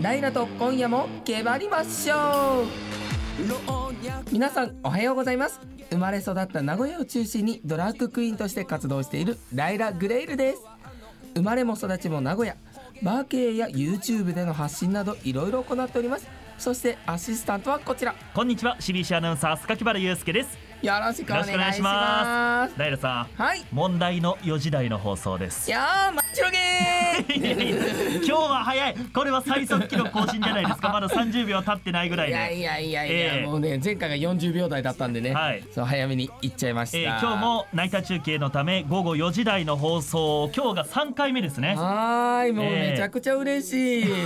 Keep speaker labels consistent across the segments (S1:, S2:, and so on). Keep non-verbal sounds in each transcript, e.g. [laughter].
S1: ライラと今夜もけばりましょう皆さんおはようございます生まれ育った名古屋を中心にドラッグクイーンとして活動しているライラ・グレイルです生まれも育ちも名古屋バー経営や YouTube での発信などいろいろ行っておりますそしてアシスタントはこちら
S2: こんにちは CBC アナウンサー榊原祐介です
S1: よろしくお願いします
S2: ライラさん
S1: はい
S2: 問題の4時台の放送です
S1: いやーまっちろげ [laughs] ー
S2: いやいや [laughs] 今日は早いこれは最速記録更新じゃないですかまだ30秒経ってないぐらい
S1: いや
S2: で
S1: いやいやいや、
S2: ええ
S1: もうね前回が40秒台だったんでね、
S2: はい
S1: そう早めに行っちゃいました、
S2: えー今日もナイター中継のため午後4時台の放送今日が3回目です
S1: [laughs]
S2: ね
S1: はーいもう
S2: ええ
S1: めちゃくちゃ嬉しい、
S2: なんか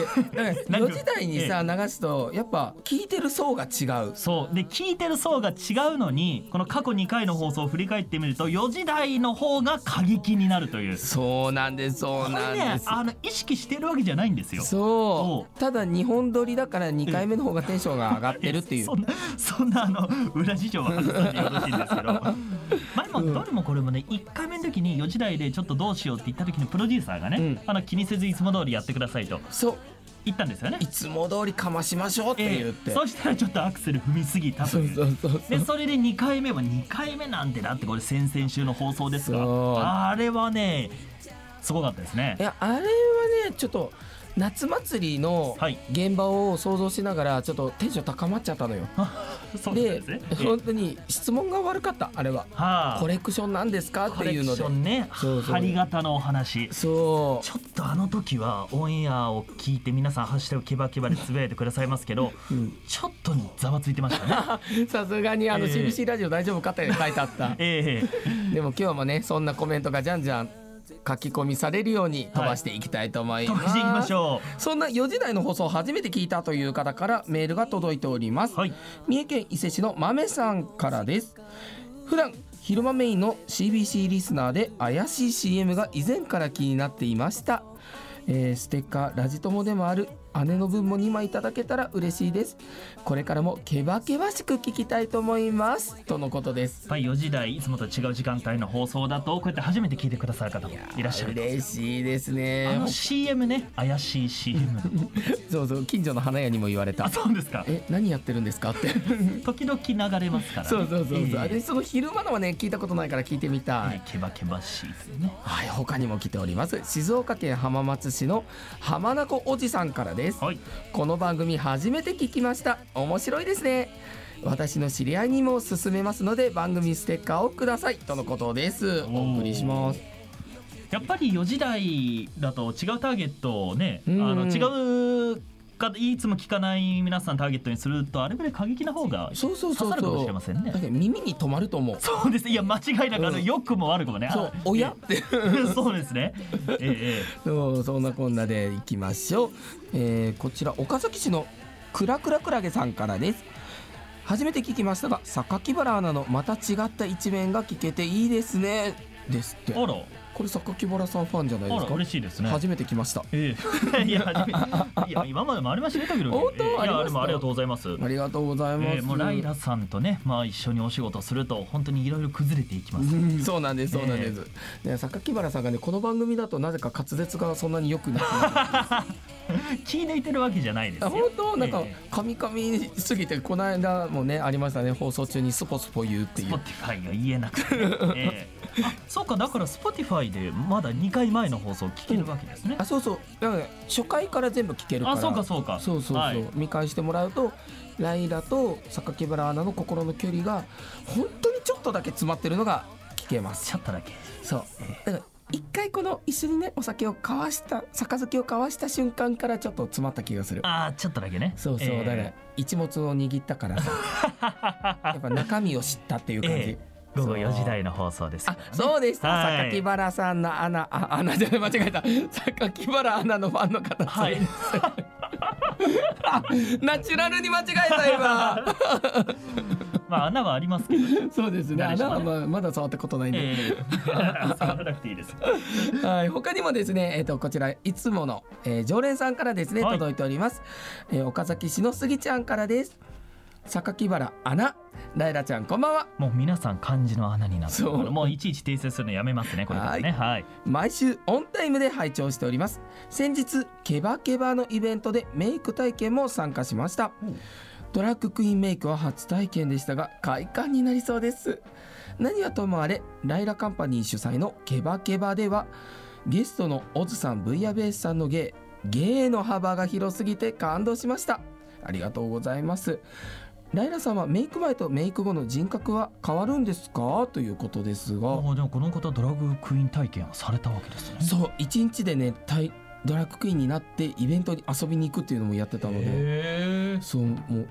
S1: 4時台にさ流すとやっぱ聞いてる層が [laughs] 違う
S2: そうで聞いてる層が違うのにこの過去2回の放送を振り返ってみると4時台の方が過激になるという
S1: そうなんですそう
S2: こ
S1: な
S2: れ
S1: ん
S2: ね
S1: です
S2: あの意識してるわけじゃないんですよ
S1: そ
S2: そう
S1: ただ2本撮りだから2回目の方がテンションが上がってるっていう
S2: [laughs] そんなそんなあの裏事情は話さんでよろしいんで
S1: [laughs]
S2: すけどまあでもどれもこれもね1回目の時に4時台でちょっとどうしようって言った時にプロデューサーがね、
S1: うん
S2: あの気にせずいつも通りやってくださいと
S1: [laughs] そう
S2: 言ったんですよね
S1: い。つも通りかましましょうって言って、
S2: ええそしたらちょっとアクセル踏みすぎたと
S1: そう
S2: いう
S1: そうそうそう
S2: でそれで2回目は2回目なんてだってこれ先々週の放送ですが
S1: そう
S2: あれはねすごかったですね
S1: いやあれはねちょっと夏祭りの
S2: はい
S1: 現場を想像しながらちょっとテンション高まっちゃったのよ、
S2: [laughs] そうなん
S1: で
S2: ですねええ
S1: 本当に質問が悪かったあれは
S2: はあ
S1: コレクションなんですかっ
S2: コ
S1: て
S2: レ
S1: い
S2: ク
S1: うの
S2: シ
S1: で
S2: ョンね
S1: そうそう
S2: 針型のお話
S1: そ
S2: ちょっとあの時はオンエアを聞いて皆さん「ハッシュタグケバケバ」でつぶやいてくださいますけど、
S1: ん
S2: ちょっとざわついてました
S1: [laughs]
S2: ね。
S1: うさすがにあの
S2: ええ
S1: CBC ラジオ大丈夫かって書いてあ
S2: [laughs]
S1: った、
S2: え
S1: でも今日もねそんなコメントがじゃんじゃん書き込みされるように飛ばしていきたいと思
S2: え
S1: い
S2: 飛
S1: ます、
S2: ばしていきましょ
S1: そんな4時台の放送を初めて聞いたという方からメールが届いております、
S2: う。はい。
S1: 三重県伊勢市の豆さんからです普段昼間メインの CBC リスナーで怪しい CM が以前から気になっていました、えーステッカーラジ友でもある姉の分も2枚いただけたら嬉しいですこれからもケバケバしく聞きたいと思いますとのことです
S2: やっぱり4時台いつもと違う時間帯の放送だとこうやって初めて聞いてくださる方もいらっしゃる。
S1: 嬉しいです
S2: あ
S1: ね
S2: の CM ね怪しい CM
S1: [laughs] そうそう近所の花屋にも言われ
S2: あ
S1: た
S2: そうですか
S1: え何やってるんですかって
S2: [laughs] 時々流れますから、ね、
S1: そうそう [laughs] そうそう、あ
S2: え
S1: れその昼間のはね聞いたことないから聞いてみたい、
S2: えケバケバしいですね
S1: はい、他にも来ております静岡県浜松市の浜名湖おじさんからです
S2: はい
S1: この番組初めて聞きました面白いですね私の知り合いにも勧めますので番組ステッカーをくださいとのことですお送りします
S2: やっぱり4時台だと違うターゲットをね、
S1: うん
S2: あの違うかいつも聞かない皆さんターゲットにするとあれぐらい過激な方が
S1: そうそうそう
S2: 刺さるかも
S1: そ
S2: し
S1: う
S2: れませんね
S1: だけど耳に止まると思う
S2: そうですいや間違いなくあの
S1: うん
S2: 良くも悪くもねあ
S1: そう親って
S2: [laughs] そうですねえええ
S1: そうそんなこんなでいきましょう、えーこちら岡崎市のクラクラクラゲさんからです初めて聞きましたが榊原アナのまた違った一面が聞けていいですねですって
S2: えあら
S1: これ榊原さんファンじゃないで
S2: あ
S1: す
S2: ら
S1: か、
S2: 嬉しいですね
S1: 初めて来ました
S2: ええ [laughs] いやいや今までもありましたね時々
S1: 本当
S2: ええいや
S1: ありました
S2: でもありがとうございます
S1: ありがとうございます、
S2: ええもうライラさんとね、まあ、一緒にお仕事すると本当にいろいろ崩れていきます
S1: うんそうなんですそうなんです、ね榊原さんがねこの番組だとなぜか滑舌がそんなに良
S2: [laughs]
S1: くなくなる
S2: 気抜いてるわけじゃないです
S1: あ
S2: よ
S1: 本当なんか
S2: ええ
S1: 噛み噛みすぎてこの間もねありましたね放送中にスポスポ言うっていう
S2: Spotify が言えなくて、
S1: [laughs]
S2: ええあそうかだから Spotify でまだ2回前の放送を聞けるわけですね
S1: あ、そうそうだから初回から全部聞けるから
S2: あそうかそうか
S1: そうそうそう
S2: はい
S1: 見返してもらうとライラと榊原アナの心の距離が本当にちょっとだけ詰まってるのが聞けます
S2: [laughs] ちゃっただけ
S1: そうだから一回この一緒にねお酒を交わした杯を交わした瞬間からちょっと詰まった気がする
S2: ああちょっとだけね
S1: そうそう、
S2: ええ
S1: だから一物を握ったから
S2: [laughs]
S1: さやっぱ中身を知ったっていう感じ、
S2: ええ午後4時台の放送ですか
S1: あ
S2: ら、ね、
S1: そうでした、
S2: はい
S1: 榊原さんのアナあアナじゃない間違えた榊原アナのファンの方です、
S2: はい [laughs]
S1: あナチュラルに間違えた今
S2: [laughs] まあ穴はありますけど、
S1: そうですね
S2: 誰し
S1: 穴
S2: もね
S1: はまあまだ触ったことないんで、
S2: ええ触らなくていいです
S1: はい、他にもですね、えっとこちらいつもの、えー常連さんからですね
S2: はい
S1: 届いております、えー岡崎市の杉ちゃんからです榊原アナライラちゃんこんばんは
S2: もう皆さん漢字の穴になってるか
S1: そ
S2: ら
S1: う
S2: もういちいち訂正するのやめますねこれからねはい
S1: 毎週オンタイムで拝聴しております先日ケバケバのイベントでメイク体験も参加しました
S2: うん
S1: ドラッグクイーンメイクは初体験でしたが快感になりそうです何はともあれライラカンパニー主催のケバケバではゲストのオズさんブイヤベースさんの芸芸の幅が広すぎて感動しましたありがとうございますライラさんはメイク前とメイク後の人格は変わるんですかということですが
S2: もうでもこの方ドラッグクイーン体験をされたわけですね
S1: そう一日でねたいドラッグクイーンになってイベントに遊びに行くっていうのもやってたので
S2: へ
S1: そうもう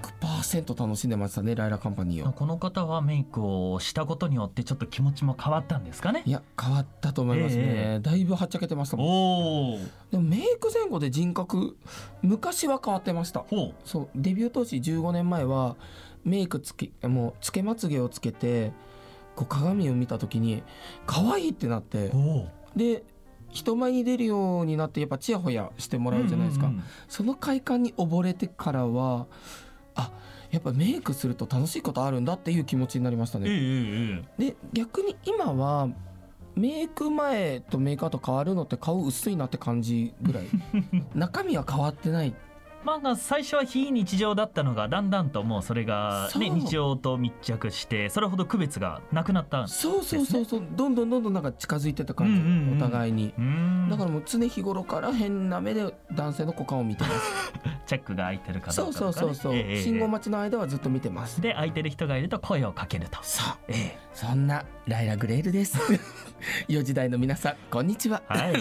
S1: 100%楽しんでましたねライラカンパニー
S2: ー
S1: を
S2: この方はメイクをしたことによってちょっと気持ちも変わったんですかね
S1: いや変わったと思いますね、
S2: え
S1: だいぶはっちゃけてましたもん
S2: おお
S1: でもメイク前後で人格昔は変わってました
S2: ほ
S1: そうデビュー当時15年前はメイクつけもうつけまつげをつけてこう鏡を見た時に可愛いってなって
S2: うおー
S1: で人前に出るようになってやっぱチヤホヤしてもらうじゃないですか、
S2: うんうんうん
S1: その快感に溺れてからはあやっぱメイクすると楽しいことあるんだっていう気持ちになりました
S2: ええ
S1: ね。
S2: えええ
S1: で逆に今はメイク前とメイク後変わるのって顔薄いなって感じぐ
S2: [laughs]
S1: らい中身は変わってない
S2: えまあまあ最初は非日常だったのがだんだんともうそれが、ね、
S1: そう
S2: 日常と密着してそれほど区別がなくなった
S1: そうそうそうそうどんどんどんどんなんか近づいてった感じ、
S2: うんうんうん
S1: お互いに
S2: うーん
S1: だからもう常日頃から変な目で男性の股間を見てます
S2: [laughs] チェックが空いてるかど
S1: そうう
S2: か
S1: そう
S2: と
S1: そう
S2: かね
S1: そう、
S2: ええええ
S1: 信号待ちの間はずっと見てます
S2: で空いてる人がいると声をかけると
S1: さあ
S2: ええ
S1: そんなライラグレール
S2: [laughs]
S1: です。4時台の皆さん、こんにちは。 [laughs]
S2: はい、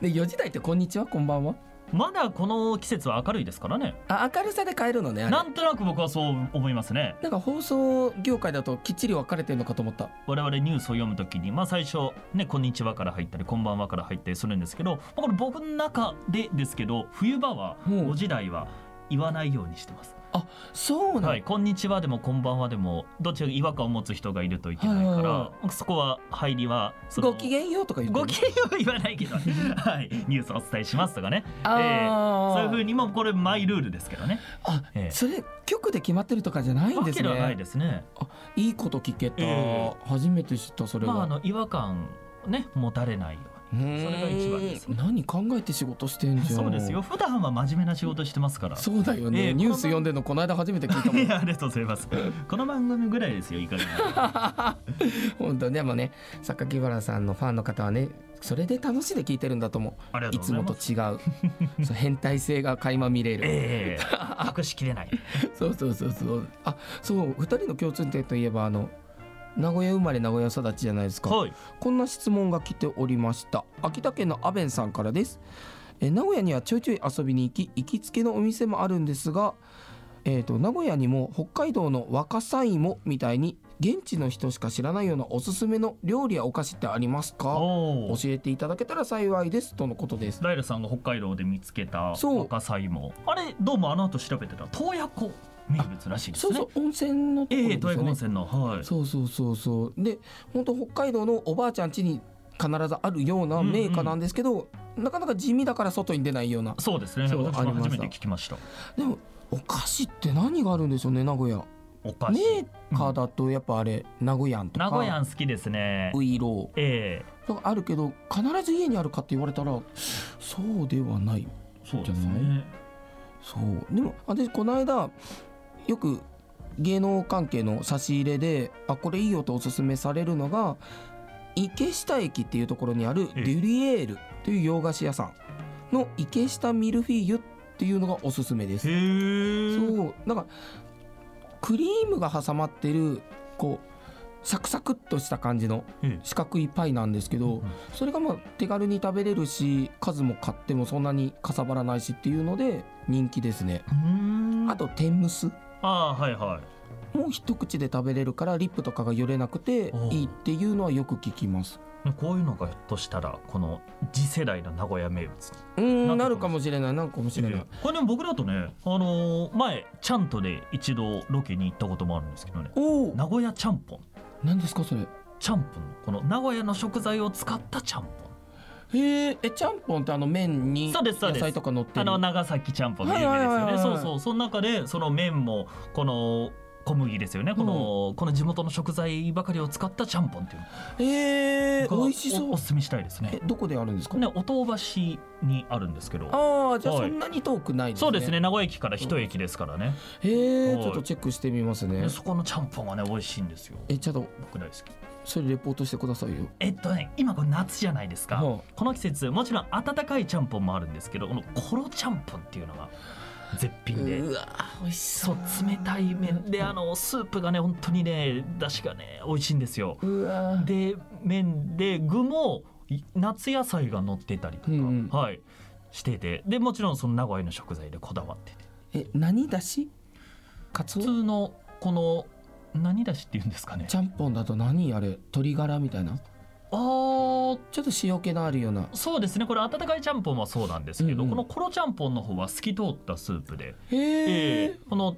S1: で、4時台ってこんにちは、こんばんは。
S2: まだこの季節は明るいですからね
S1: あ、明るさで変えるのね。あれ
S2: なんとなく僕はそう思いますね
S1: なんか放送業界だときっちり分かれてるのかと思った。
S2: 我々ニュースを読むときに、まあ、最初、ね「こんにちは」から入ったり「こんばんは」から入ったりするんですけど、まあ、これ僕の中でですけど冬場は
S1: うん
S2: お時代は言わないようにしてます、
S1: そうなの、
S2: はい「こんにちは」でも「こんばんは」でもどっちが違和感を持つ人がいるといけないから、
S1: は
S2: そこは入りはその
S1: ごきげんようとか言って
S2: ごきげんようは言わない
S1: [laughs]
S2: けど、はい、ニュースをお伝えしますとかね
S1: あー
S2: そういうふうにもうこれマイルールですけどね
S1: あ、
S2: ええ
S1: それ局で決まってるとかじゃないん
S2: わ
S1: です
S2: けで
S1: ね。
S2: はないですね。
S1: いいこと聞けた、
S2: ええ
S1: 初めて知ったそれ
S2: ま
S1: は。
S2: ああの違和感をね持たれないよ
S1: うーん
S2: それが一番ですね
S1: 何考えて仕事してん
S2: うに。
S1: じゃん。
S2: そうですよ。。普段は真面目な仕事してますから。
S1: そうだよね、
S2: ええ
S1: ニュース
S2: この
S1: 読んでんのこの間初めて聞いたもん
S2: い。 [laughs] やありがとうございます。この番組ぐらいですよいかにも。
S1: 本当でもね榊原さんのファンの方はねそれで楽しんで聞いてるんだと思
S2: あり
S1: う
S2: がと
S1: いう
S2: ご
S1: つ
S2: ざい
S1: もと
S2: ます。
S1: 違
S2: [laughs]
S1: うそう変態性が垣間見れる
S2: ええ隠しきれない。
S1: そうそうそうそうあそう二人の共通点といえばあの名古屋生まれ名古屋育ちじゃないですか
S2: はい。
S1: [laughs] こんな質問が来ておりました秋田県のアベンさんからですえ名古屋にはちょいちょい遊びに行き行きつけのお店もあるんですがえー、と名古屋にも北海道の若さ芋みたいに現地の人しか知らないようなおすすめの料理やお菓子ってありますか
S2: おお
S1: 教。えていただけたら幸いですとのことです
S2: ダイルさんが北海道で見つけた
S1: そう
S2: 若さ芋。あれどうもあの後調べてた洞爺湖名物らしいです
S1: そう
S2: ね。
S1: そう温泉のところ
S2: え
S1: で
S2: え洞
S1: すよ
S2: 爺湖
S1: ね
S2: 温、泉のはい。
S1: そうそうそうそうで本当北海道のおばあちゃん家に必ずあるような名家なんですけど、なかなか地味だから外に出ないような
S2: そうですね。私
S1: そう
S2: も
S1: ありまし
S2: 初
S1: た
S2: めて聞きました。
S1: でもお菓子って何があるんでしょうね名古屋
S2: お菓子。
S1: メーカーだとやっぱあれ名古屋んとか
S2: 名古屋好きですね。
S1: ウイロー
S2: ええ
S1: とかあるけど必ず家にあるかって言われたらそうではない
S2: そう
S1: ですね。そうでも私この間よく芸能関係の差し入れであこれいいよとおすすめされるのが池下駅っていうところにあるデ
S2: ええ
S1: ュリエールという洋菓子屋さんの池下ミルフィーユっていうのがおすすめです。
S2: へえ。
S1: そうなんかクリームが挟まってるこうサクサクっとした感じの
S2: ええ
S1: 四角いパイなんですけど、それがまあ手軽に食べれるし数も買ってもそんなにかさばらないしっていうので人気ですね
S2: うん
S1: あと天むす
S2: ああーはいはい。
S1: も一口で食べれるからリップとかがよれなくて
S2: おう
S1: いいっていうのはよく聞きます
S2: ねこういうのがひょっとしたらこの次世代の名古屋名物
S1: うーんな
S2: な
S1: る
S2: る
S1: か
S2: か
S1: も
S2: も
S1: しれないなんかもしれない
S2: これでも僕だとねあのー前ちゃんとで一度ロケに行ったこともあるんですけどね
S1: おお
S2: 名古屋ちゃんぽん
S1: 何ですかそれ
S2: ちゃんぽんのこの名古屋の食材を使ったちゃんぽん
S1: へええちゃんぽんってあの麺に
S2: そうですそう
S1: 野
S2: です
S1: 菜とか乗って
S2: あ
S1: る
S2: の長崎ちゃんぽんの有名です
S1: はい
S2: よ
S1: はいは
S2: ね
S1: いは
S2: そ
S1: いう
S2: そうその中でその麺もこの小麦ですよねこの,、この地元の食材ばかりを使ったちゃんぽんっていう
S1: へえ
S2: のが
S1: 美味しそ
S2: お
S1: う
S2: おすすめしたいです
S1: え
S2: ね
S1: どこであるんです
S2: こ
S1: か
S2: れねおとうば市にあるんですけど
S1: ああじゃあそ
S2: はい
S1: んなに遠くないですね
S2: そうですね名古屋駅から一駅ですからね、
S1: へえ
S2: はい
S1: ちょっとチェックしてみますね
S2: でそこのちゃんぽんがね美味しいんですよ
S1: えちょっと
S2: 僕大好き
S1: それレポートしてくださいよ
S2: えっとね今これ夏じゃないですか、
S1: はい
S2: この季節もちろん温かいちゃんぽんもあるんですけどこのコロちゃんぽんっていうのが絶品で
S1: うわ美味し
S2: そう冷たい麺であのスープがね本当にね出汁がね美味しいんですよ
S1: うわ
S2: で麺で具もい夏野菜が乗ってたりとか、
S1: うんうん
S2: はいしててでもちろんその名古屋の食材でこだわってて
S1: え何だしかつ
S2: 普
S1: お
S2: 通のこの何だしっていうんですかね
S1: ちゃんぽんだと何あれ鶏ガラみたいな
S2: あー
S1: ちょっと塩気のあるような
S2: そうですねこれ温かいちゃんぽんはそうなんですけど、
S1: うんうん
S2: このコロちゃんぽんの方は透き通ったスープで、
S1: へえ
S2: えーこの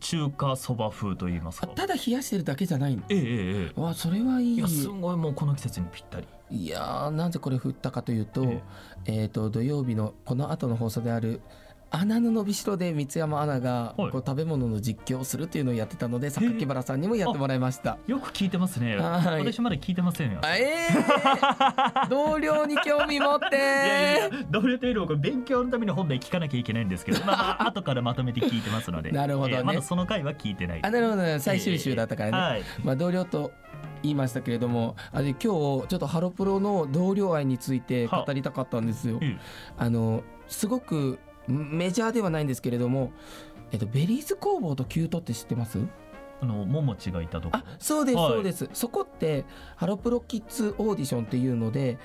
S2: 中華そば風といいます
S1: あ
S2: か
S1: ただ冷やしてるだけじゃないの
S2: えええええ
S1: わそれはい
S2: え
S1: い
S2: いやすごいもうこの季節にぴったり
S1: いやーなぜこれ振ったかというと,、え
S2: え
S1: ー、と土曜日のこの後の放送である「穴の伸びしろ」で三山アナがこ
S2: は
S1: う
S2: い
S1: 食べ物の実況をするっていうのをやってたので榊原さんにもやってもらいました。
S2: よく聞いてますね。
S1: はい
S2: 私まだ聞いてませんよ。
S1: あえー、同僚に興味持っ
S2: いやいや
S1: て
S2: いや、同僚というよりもこれ勉強のために本来聞かなきゃいけないんですけど、まあ
S1: [laughs]
S2: まあ後からまとめて聞いてますので、
S1: なるほどね
S2: えーまだその回は聞いてないで
S1: あ
S2: す。
S1: なるほどね最終週だったからね、
S2: はい。
S1: まあ、同僚と言いましたけれどもあれ今日ちょっとハロプロの同僚愛について語りたかったんですよ
S2: う。ん
S1: あのすごくメジャーではないんですけれども、えっと、ベリーズ工房とキュートって知ってます
S2: あのももちがいたとこ
S1: あ。そうです、
S2: はい
S1: そうですそこってハロプロキッズオーディションっていうので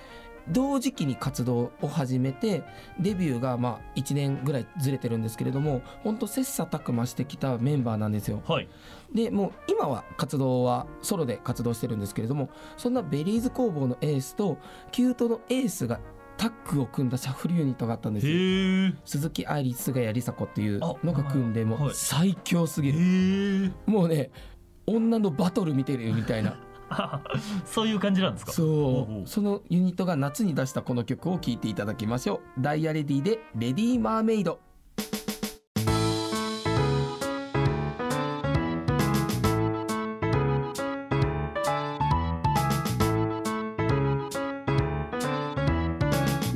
S1: 同時期に活動を始めてデビューがまあ1年ぐらいずれてるんですけれども本当切磋琢磨してきたメンバーなんですよ
S2: はい。
S1: でもう今は活動はソロで活動してるんですけれどもそんなベリーズ工房のエースとキュートのエースがタッグを組んだシャッフルユニットがあったんですよ
S2: へえ。
S1: 鈴木愛理菅谷梨紗子っていう
S2: あ
S1: のが組んでも
S2: は
S1: う
S2: い
S1: 最強すぎる、
S2: へえ。
S1: もうね女のバトル見てるよみたいな
S2: あ [laughs] そういう感じなんですか。
S1: そ
S2: おうおう
S1: うそのユニットが夏に出したこの曲を聴いていただきましょう「ダイヤレディ」で「レディー・マーメイド」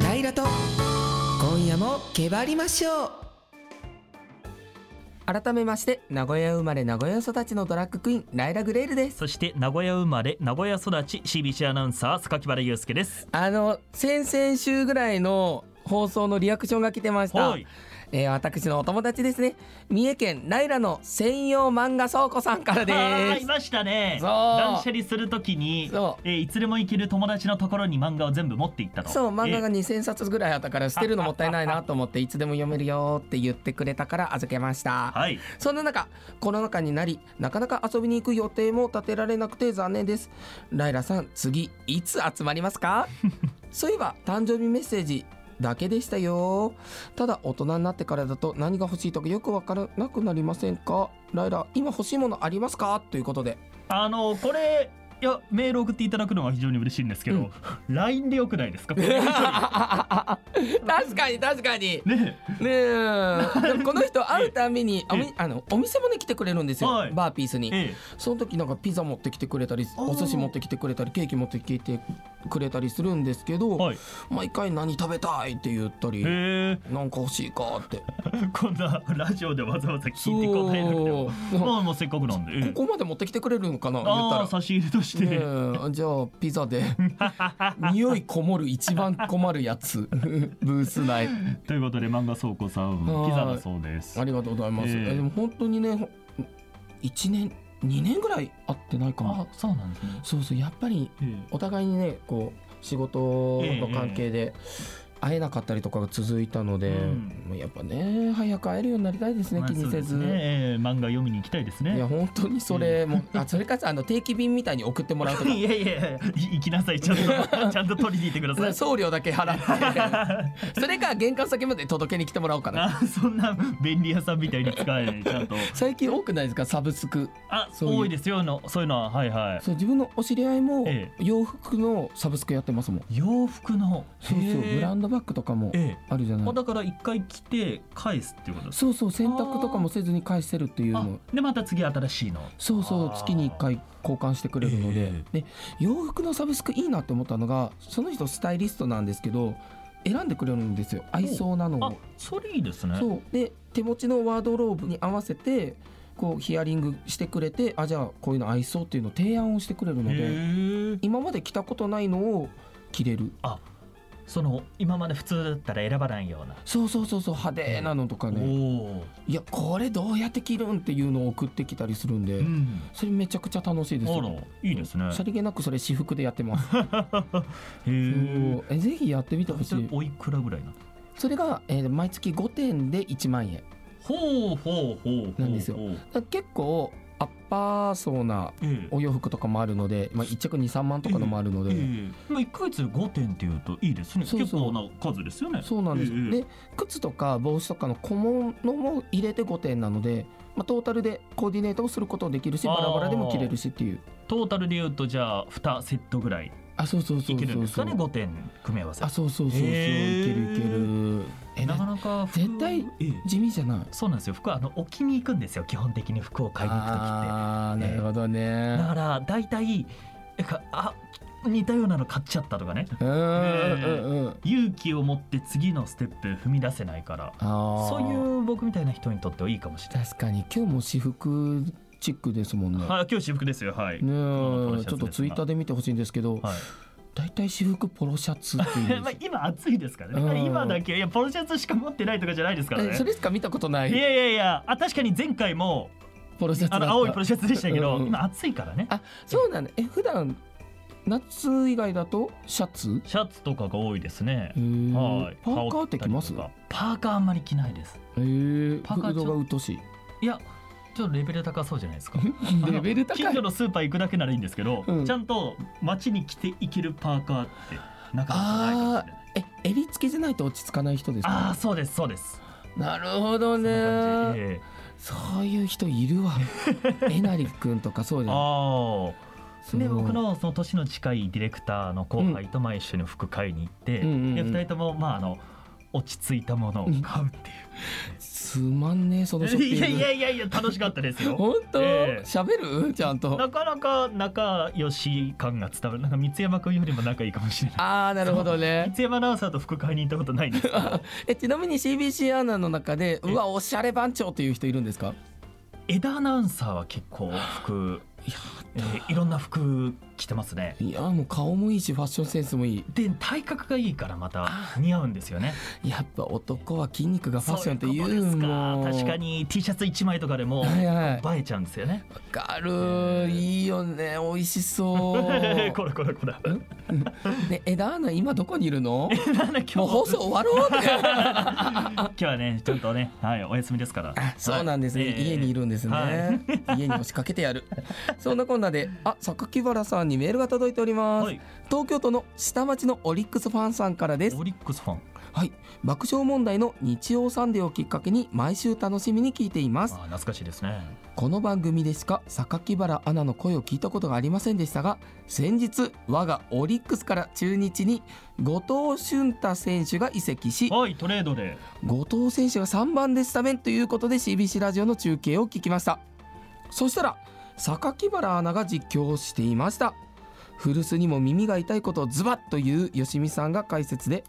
S1: ライラと今夜もけばりましょう改めまして名古屋生まれ名古屋育ちのドラッグクイーンライラ・グレールです
S2: そして名古屋生まれ名古屋育ち CBC アナウンサー榊原祐介です。
S1: あの先々週ぐらいの放送のリアクションが来てました、
S2: はい。
S1: えー私のお友達ですね三重県ライラの専用漫画倉庫さんからで
S2: あーい
S1: す
S2: ましたね。
S1: そう
S2: 断捨離するときに、
S1: そう
S2: えーいつでも行ける友達のところに漫画を全部持って行ったと。
S1: そう漫画が
S2: えー
S1: 2000冊ぐらいあったから捨てるのもったいないなと思っていつでも読めるよって言ってくれたから預けました
S2: はい。
S1: そんな中コロナ禍になりなかなか遊びに行く予定も立てられなくて残念ですライラさん次いつ集まります
S2: [laughs]
S1: かそういえば誕生日メッセージだけでしたよただ大人になってからだと何が欲しいとかよくわからなくなりませんかライラ今欲しいものありますかということ
S2: [laughs]
S1: で
S2: あのこれいやメール送っていただくのは非常に嬉しいんですけど、LINE [laughs] でよくないです
S1: [laughs]
S2: かね
S1: 確かに確かにねえでもこの人会うためにおみ
S2: ええ
S1: あのお店もね来てくれるんですよ、
S2: はい
S1: バーピースに、
S2: ええ
S1: その時なんかピザ持ってきてくれたり
S2: あー
S1: お寿司持ってきてくれたりケーキ持ってきてくれたりするんですけど、
S2: はい
S1: 毎回何食べたいって言ったり、
S2: え
S1: なんか欲しいかって
S2: ー、こんなラジオでわざわざ聞いて答えなくても
S1: そう
S2: まあまあせっかくなんで、ええ
S1: [laughs] ここまで持ってきてくれるのかな言った
S2: ああ
S1: ら。
S2: 差し入れとして、
S1: ねえじゃあピザ
S2: [laughs]
S1: で匂いこもる一番困るやつ [laughs] ブース
S2: [laughs]
S1: 内
S2: ということで漫画倉庫さん
S1: はい
S2: ピザだそうです
S1: ありがとうございます、
S2: ええ
S1: えでも本当にねほ1年2年ぐらい会ってないかも
S2: そうなんですね、
S1: そうそうやっぱり
S2: ええ
S1: お互いにねこう仕事の関係で会えなかったりとかが続いたので、
S2: うん
S1: やっぱね早く会えるようになりたいですね、
S2: まあ
S1: 気にせず。
S2: そうですねえー漫画読みに行きたいです
S1: いや
S2: ね。
S1: 本当にそれも、あそれかつあの定期便みたいに送ってもら
S2: [laughs]
S1: うとか
S2: [laughs] いやいやいや、い行きなさい、ちゃ
S1: [laughs]
S2: んと、ちゃんと取りに行ってください。
S1: 送料だけ払ってそれか玄関先まで届けに来てもらおうかな
S2: [laughs] あそんな便利屋さんみたいに使えないちゃんと
S1: 最近多くないですかサブスク
S2: あ
S1: そういう
S2: 多いですよあのそういうのははいは
S1: そう自分のお知り合いも
S2: え
S1: 洋服のサブスクやってますもん、
S2: い洋服の
S1: そうそう
S2: へえ
S1: ブランドバッグとかも
S2: え
S1: あるじゃ
S2: え
S1: な
S2: あ
S1: い
S2: だから一回着て返すっていうことです
S1: そうそう洗濯とかもせずに返せるっていう
S2: あ
S1: の
S2: でまた次新しいの
S1: そうそう
S2: あー
S1: 月に1回交換してくれるので,、で洋服のサブスクいいなって思ったのがその人スタイリストなんですけど選んでくれるんですよ合いそうなの
S2: あ
S1: を。
S2: それいいですね
S1: そうで手持ちのワードローブに合わせてこうヒアリングしてくれてあじゃあこういうの合いそうっていうのを提案をしてくれるので
S2: へえ
S1: 今まで着たことないのを着れる
S2: その今まで普通だったら選ばないような、
S1: そうそうそうそう派手なのとかね
S2: おお、
S1: いやこれどうやって着るんっていうのを送ってきたりするんで
S2: うん、
S1: それめちゃくちゃ楽しいです
S2: あら
S1: よ
S2: いいですね
S1: さりげなくそれ私服でやってます
S2: [laughs] へえ
S1: そうえぜひやってみてほし
S2: それ
S1: い
S2: おいくらぐらいなの
S1: それが、えー毎月5点で1万円
S2: ほうほうほうほう
S1: なんですよ
S2: ほう
S1: だから結構アッパー層な
S2: ええ
S1: お洋服とかもあるので、まあ、1着23万とかのもあるので、
S2: ええまあ、1ヶ月で5点っていうといいですね
S1: そうそう
S2: 結構な数ですよね
S1: そうなんです、
S2: ええ
S1: で靴とか帽子とかの小物も入れて5点なので、まあ、トータルでコーディネートをすることもできるし
S2: あー
S1: バラバラでも着れるしっていう
S2: トータルで言うとじゃあ2セットぐらい
S1: あそうそうそ
S2: いうけるん
S1: そう
S2: です
S1: そ
S2: か
S1: う
S2: ね5点組み合わせ
S1: あそうそうそうそうい
S2: へー
S1: けるいけるえ
S2: なか
S1: な
S2: なか服
S1: 絶対
S2: ええ
S1: 地味じゃない
S2: そうなんですよ服はあの置きに行くんですよ基本的に服を買いに行く時って
S1: あー
S2: ええ
S1: なるほどね
S2: だから大体なんかあ似たようなの買っちゃったとかね
S1: うん
S2: ええ
S1: うんうん
S2: 勇気を持って次のステップ踏み出せないから
S1: あー
S2: そういう僕みたいな人にとってはいいかもしれない、
S1: 確かに今日も私服チックですもんね
S2: はい、今日私服ですよはい、
S1: ねえ
S2: のポロシャツですが
S1: ちょっとツイッターで見てほしいんですけど、
S2: はい [laughs]
S1: 大体私服ポロシャツっていうんです
S2: まあ今暑いですから
S1: う
S2: ね
S1: ん
S2: 今だけいやポロシャツしか持ってないとかじゃないですから
S1: えそ
S2: ね
S1: れしか見たことないい
S2: やいやいやあ確かに前回も
S1: ポロシャツだ
S2: あ
S1: った
S2: の青いポロシャツでしたけど
S1: うんうん
S2: 今暑いからね
S1: あそうなんだえ普段夏以外だとシャツ
S2: シャツとかが多いですね
S1: へー
S2: はい
S1: パーカーってきます
S2: 羽織ったりとかパーカーあんまり着ないです
S1: えー、
S2: パーカー
S1: フードが疎
S2: [laughs]
S1: しい
S2: いやちょっとレベル高そうじゃないですか
S1: レベル
S2: 近
S1: 高い
S2: 所のスーパー行くだけならいいんですけど、
S1: うん
S2: ちゃんと街に着ていけるパーカーってなかなかないかもしれない
S1: え襟付けじゃないと落ち着かない人です
S2: ああー
S1: か
S2: そうですそうです
S1: なるほど
S2: そんな感じ、
S1: ね
S2: え
S1: そういう人い
S2: [laughs]
S1: るわえなりくんとかそう
S2: え
S1: じゃん
S2: ああ
S1: そう
S2: で僕のその年の近いディレクターの後輩とまあ一緒に服買いに行って、
S1: うんうんうん
S2: で2人ともまああの落ち着いたものを買うって
S1: すまんねえそのショッ
S2: いう、
S1: ピン
S2: い
S1: グ
S2: やいやいやいや楽しかったですよ
S1: 本当
S2: ええ
S1: 喋、るちゃんと
S2: なかなか仲良し感が伝わるなんか三山君よりも仲いいかもしれない
S1: ああなるほどね
S2: [laughs] 三山アナウンサーと服買いに行ったことないんですけ
S1: [laughs]
S2: ど
S1: えちなみに CBC アナの中で
S2: え
S1: うわおしゃれ番長という人いるんですか
S2: 枝アナウンサーは結構服えーいろんな服着てますね
S1: いやもう顔もいいしファッションセンスもいい
S2: で体格がいいからまた似合うんですよね
S1: やっぱ男は筋肉がファッションって言
S2: そういううこと
S1: もん
S2: ですか確かに T シャツ1枚とかでも
S1: はいはい
S2: 映えちゃうんですよね。
S1: わかるいいよね美味しそ
S2: [laughs] これ
S1: う
S2: これこれ。
S1: ね枝アナ今どこにいるの
S2: なん [laughs] だ今日
S1: もう放送終わろうって
S2: 今日はねちょっとねはいお休みですから。
S1: あそうなんですね、
S2: はい
S1: 家にいるんですね、
S2: は
S1: 家に押しかけてやるそんなこんなであ榊原さんにメールが届いております、
S2: はい。
S1: 東京都の下町のオリックスファンさんからです
S2: オリックスファン。
S1: はい爆笑問題の日曜サンデーをきっかけに毎週楽しみに聞いていま
S2: あ
S1: す
S2: 懐かしいですね。
S1: この番組でしか榊原アナの声を聞いたことがありませんでしたが先日我がオリックスから中日に後藤俊太選手が移籍し
S2: はいトレードで。
S1: 後藤選手が3番でスタメンということで CBC ラジオの中継を聞きましたそしたら榊原アナが実況をしていました古巣にも耳が痛いことをズバッと言う吉見さんが解説で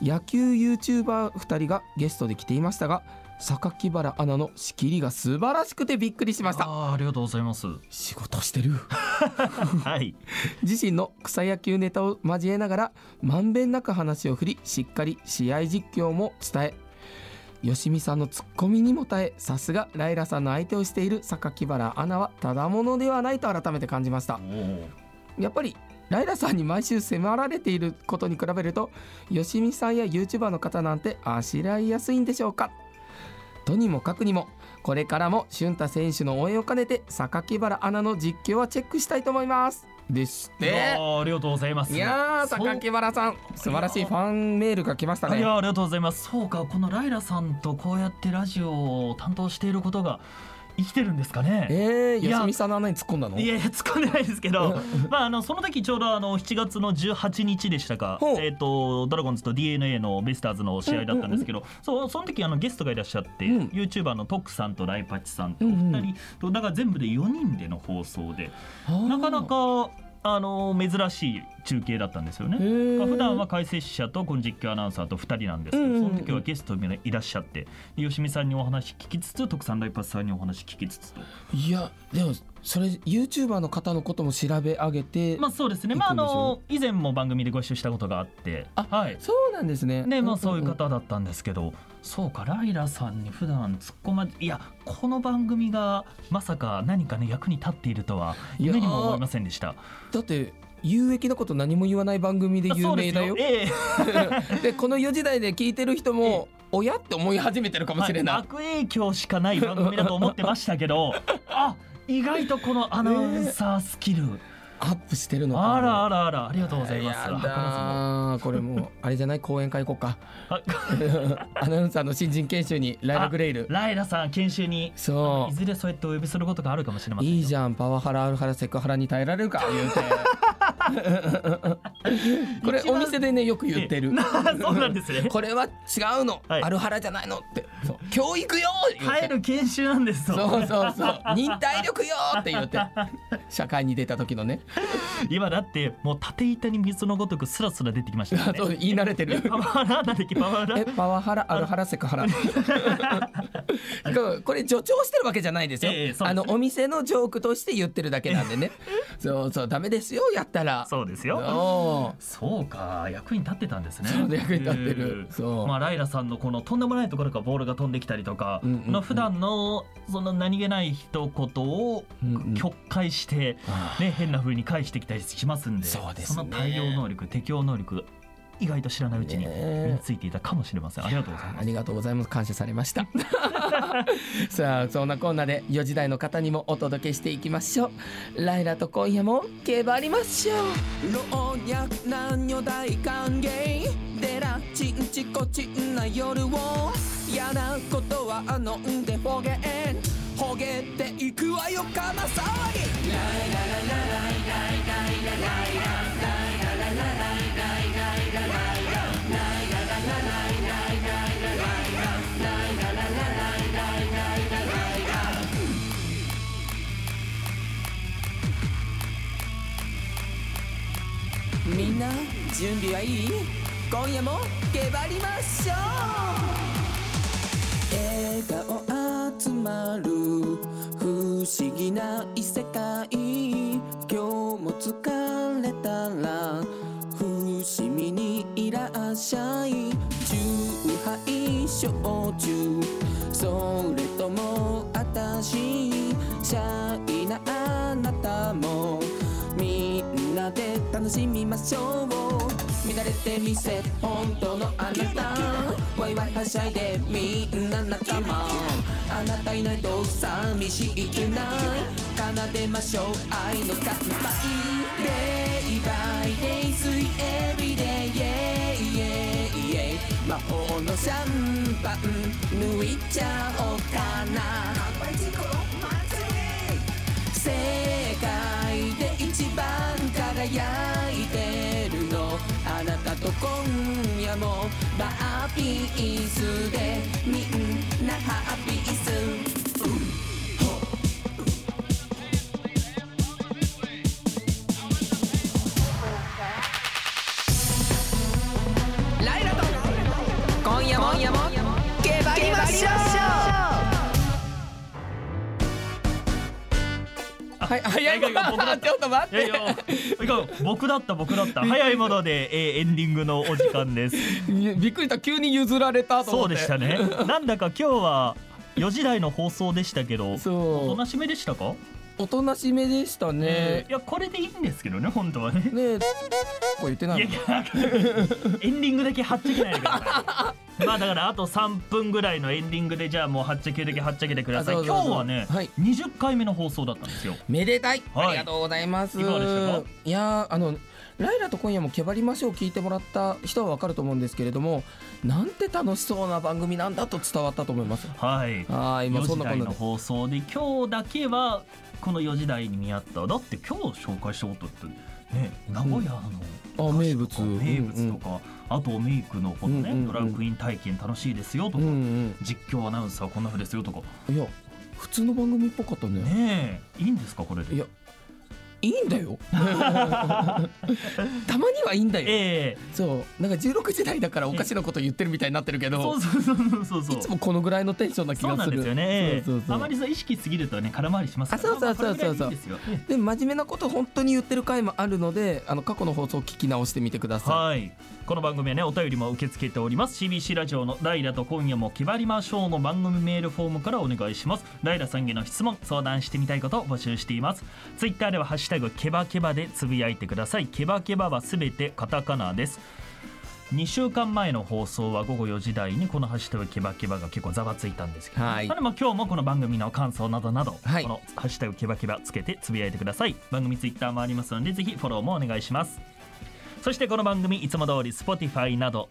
S1: 野球 YouTuber2 人がゲストで来ていましたが榊原アナの仕切りが素晴らしくてびっくりしました
S2: あーありがとうございます。
S1: 仕事してる [laughs]
S2: はい。
S1: 自身の草野球ネタを交えながらまんべんなく話を振りしっかり試合実況も伝え吉見さんのツッコミにも耐えさすがライラさんの相手をしている榊原アナはただものではないと改めて感じました
S2: おー
S1: やっぱりライラさんに毎週迫られていることに比べるとよしみさんや YouTuber の方なんてあしらいやすいんでしょうかとにもかくにもこれからも俊太選手の応援を兼ねて榊原アナの実況はチェックしたいと思いますですっ
S2: いや
S1: て
S2: ーありがとうございます
S1: いやー
S2: そう
S1: 榊原さん素晴らしいファンメールが来ました
S2: い
S1: ね
S2: やーありがとうございますそうかこのライラさんとこうやってラジオを担当していることが生きてるんですかね
S1: えー、
S2: いや
S1: よしみさんの穴に突っ込んだの
S2: いやいや突っ込んでないですけどまああのその時ちょうどあの7月の18日でしたか
S1: ほう
S2: えっ、とドラゴンズと d n a のベイスターズの試合だったんですけど、そうその時あのゲストがいらっしゃって、
S1: うん
S2: YouTuber のトックさんとライパチさんとお
S1: うん
S2: 二
S1: うん
S2: 人、とだから全部で4人での放送で
S1: あー
S2: なかなかあの珍しい中継だったんですよね。
S1: へー
S2: まあ普段は解説者とこの実況アナウンサーと2人なんですけど、
S1: うんうんうん
S2: その時はゲストがいらっしゃって吉見さんにお話聞きつつ徳さんライパチさんにお話聞きつつと。
S1: いやでもそれ YouTuber の方のことも調べ上げて、
S2: まあそうですね。
S1: 行くん
S2: まああ
S1: でしょ
S2: の以前も番組でご一緒したことがあって、
S1: あ
S2: はい。
S1: そうなんですね
S2: ねまあ
S1: ん
S2: そういうん
S1: ん
S2: 方だったんですけど、そうかライラさんに普段突っ込まいやこの番組がまさか何かね役に立っているとはい
S1: やー
S2: 夢にも思いませんでした。
S1: だって有益なこと何も言わない番組で
S2: あ
S1: 有
S2: そうで
S1: 名
S2: す
S1: だよ
S2: ええ
S1: [laughs] でこの4時台で聞いてる人も親って思い始めてるかもしれ
S2: ま
S1: な
S2: あ
S1: い
S2: 悪影響しかない番組だと思ってました
S1: [laughs]
S2: けど、あ意外とこのアナウンサースキル、
S1: アップしてるのかな
S2: あらあらあらありがとうございます。
S1: や
S2: は
S1: だーこれもうあれじゃない講演会行こうか [laughs]
S2: かなさんも
S1: アナウンサーの新人研修にライラグレイ
S2: あ
S1: ル
S2: ライラさん研修に
S1: そ
S2: いずれそうやってお呼びすることがあるかもしれま
S1: う
S2: せんよ
S1: いいじゃんパワハラアルハラセクハラに耐えられるか言うて
S2: [laughs]
S1: これ
S2: 一
S1: お
S2: 番
S1: 店でねよく言ってる
S2: [laughs] そうなんで
S1: [laughs]
S2: すね
S1: これは違うの、
S2: はい
S1: アルハラじゃないのってそう教育よ言うて
S2: 耐える研修なんですと
S1: そうそうそう忍耐力よって言って社会に出た時の
S2: [laughs]
S1: ね
S2: 今だってもう縦板に水のごとくスラスラ出てきましたよね
S1: [laughs] そう言い慣れてる
S2: パワハラなんだっけパワハ
S1: え
S2: ラ
S1: パワハラアルハラセクハ
S2: [laughs]
S1: ラでもこれ助長してるわけじゃないですよ、
S2: ええそうです
S1: あのお店のジョークとして言ってるだけなん
S2: [laughs]
S1: でねそうそうダメですよやったら
S2: そうですよ
S1: よ
S2: そうか役に立ってたんですね
S1: そう役に立ってる
S2: うん
S1: そう
S2: まあライラさんのこのとんでもないところからボールが飛んできたりとか、
S1: うんうんうん
S2: の普段のその何気ない一言を
S1: うんうん
S2: 曲解して、
S1: あ
S2: ね、変な風に返してきたりしますんで
S1: そうですね
S2: の対応能力適応能力意外と知らないうちに
S1: ねえ
S2: 身についていたかもしれません、ありがとうござい
S1: あ
S2: ま
S1: あ
S2: す
S1: りがとうございます感謝されま [laughs] したさあそんなこんなで4時台の方にもお届けしていきましょうライラと今夜も競馬ありましょう老若男女大歓迎デラチンチコチンな夜をやなことは飲んでほげんほげていくわよかな騒ぎみんな準備はいい今夜もけばりましょう笑顔集まる不思議な異世界今日も疲れたら伏見にいらっしゃい酎ハイ焼酎それともあたしシャイなあなたもみんなで楽しみましょう乱れてみせ本当のあなたワイワイはしゃいでみんな仲間あなたいないと寂しいくない奏でましょう愛の乾杯 Day by day 水 everyday yeah, yeah, yeah 魔法のシャンパン抜いちゃおうかな世界で一番輝いてるのあなたと今夜もバーピースでみんなハッピースライラと今夜も今夜もゲバりましょう [laughs] はい、早い
S2: いやいや僕だっ
S1: ちょっと待っ
S2: いやい
S1: て
S2: やいや僕だった僕だった早いもので、えーエンディングのお時間です
S1: びっくりした急に譲られたと思
S2: そ
S1: っ
S2: う
S1: て
S2: でしたねなんだか今日は4時台の放送でしたけど
S1: そう
S2: おとなしめでしたか
S1: おとなしめでしたね
S2: い。やこれでいいんですけどね本当はね
S1: ねえ、こう言ってないい
S2: やい
S1: の。
S2: やエンディングだけはっちゃけないでくださ
S1: [laughs]
S2: いまあだからあと3分ぐらいのエンディングでじゃあもうはっちゃけるだけはっちゃけてください
S1: あそうそうそう
S2: 今日はね、
S1: はい
S2: 20回目の放送だったんですよ
S1: めでたい。
S2: はい
S1: ありがとうございます。
S2: いかがでしたか
S1: いやーあのライラと今夜もけばりましょう聞いてもらった人はわかると思うんですけれども、なんて楽しそうな番組なんだと伝わったと思います。
S2: はい
S1: はい、今
S2: 4
S1: そん
S2: 時
S1: なこ
S2: 台
S1: んな
S2: の
S1: で。
S2: 放送で今日だけはこの4時台に見合っただって今日紹介したことってね名古屋の
S1: あ
S2: お菓子
S1: 名物
S2: とか名物とか、あとメイクのこのね、
S1: うんうんうん
S2: ドラッグイン体験楽しいですよと
S1: う
S2: か、
S1: ん
S2: 実況アナウンサーこんなふうですよとか
S1: うん。いや、普通の番組っぽかったね。
S2: ねえいいんですかこれで
S1: いや、いいんだ
S2: [laughs]
S1: よ。たまにはいいんだよ。
S2: ええ
S1: そう、なんか16時台だからおかしなこと言ってるみたいになってるけ
S2: そ
S1: ど
S2: う、そうそうそうそう
S1: いつもこのぐらいのテンションな気
S2: そう
S1: が
S2: な
S1: す
S2: んです
S1: る。
S2: よね
S1: そうそうそう
S2: あまりそう意識すぎるとね空回りしますか
S1: あ
S2: ら
S1: そうそうそうそうそう
S2: まあまあこれぐらいでいいんですよええ
S1: で真面目なこと本当に言ってる回もあるのであの過去の放送を聞き直してみてくださ
S2: はいこの番組はねお便りも受け付けております CBC ラジオの「ライラと今夜も決まりましょう」の番組メールフォームからお願いしますライラさんへの質問相談してみたいことを募集していますツイッターでは「ハッシュタグケバケバ」でつぶやいてくださいケバケバはすべてカタカナです2週間前の放送は午後4時台にこの「ハッシュタグケバケバ」が結構ざわついたんですけど、
S1: はい
S2: あのまあ今日もこの番組の感想などなど、
S1: はい
S2: この「ハッシュタグケバケバ」つけてつぶやいてください番組ツイッターもありますのでぜひフォローもお願いしますそしてこの番組いつも通り Spotify など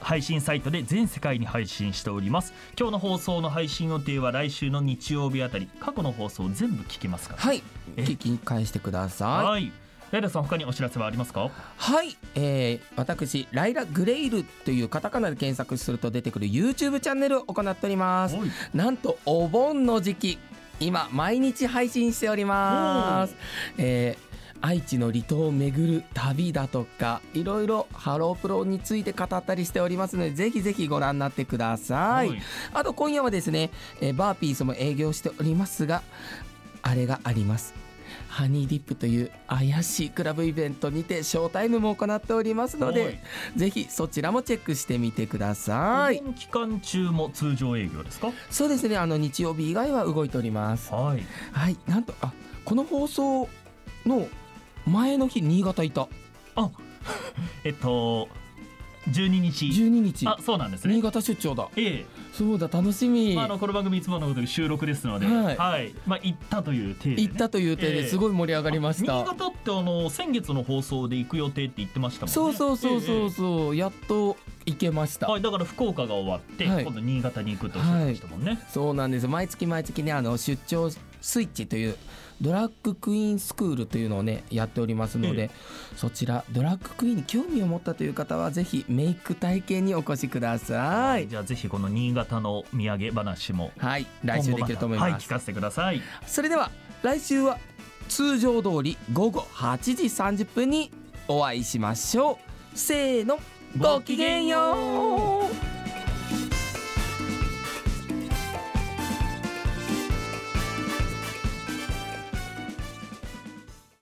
S2: 配信サイトで全世界に配信しております今日の放送の配信予定は来週の日曜日あたり過去の放送全部聞けますか
S1: い。はい、
S2: え
S1: 聞き返してくだ
S2: ら
S1: さい。
S2: いライラさん他にお知らせはありますか
S1: はい、えー、私ライラグレイルというカタカナで検索すると出てくる YouTube チャンネルを行っております。
S2: おい
S1: なんとお盆の時期今毎日配信しております、えー愛知の離島を巡る旅だとかいろいろハロープロについて語ったりしておりますのでぜひぜひご覧になってください、
S2: おい
S1: あと今夜はですね、えーバーピースも営業しておりますがあれがありますハニーディップという怪しいクラブイベントにてショータイムも行っておりますのでぜひそちらもチェックしてみてくださ
S2: はいい、お盆期間中も通常営業ですか
S1: そうですねあの日曜日以外は動いております
S2: はい
S1: はい、なんと、あ、この放送の前の日、新潟いた。
S2: あ [laughs] えっと12日
S1: 12日、
S2: あそうなんですね
S1: 新潟出張だ。
S2: え
S1: そうだ、楽しみ。
S2: えまあ、あのこの番組いつものことに収録ですので、
S1: はい
S2: まあ、行ったという体で、ね、
S1: 行ったという点
S2: ええ
S1: ですごい盛り上がりました。
S2: 新潟ってあの先月の放送で行く予定って言ってましたもんね
S1: そうそうそう
S2: ええ
S1: そう
S2: え
S1: そう、やっと行けまし
S2: え
S1: た。
S2: はいだから福岡が終わって、
S1: はい
S2: 今度新潟に行くとおっしゃってましたもんね、
S1: そうなんです。毎月毎月ね、あの出張スイッチという。ドラッグクイーンスクールというのをねやっておりますので、
S2: え
S1: そちらドラッグクイーンに興味を持ったという方はぜひメイク体験にお越しください
S2: じゃあぜひこの新潟の土産話も
S1: はい来週できると思い
S2: 今
S1: ま
S2: 後たはい
S1: す
S2: 聞かせてください
S1: それでは来週は通常通り午後8時30分にお会いしましょうせーのごきげんよう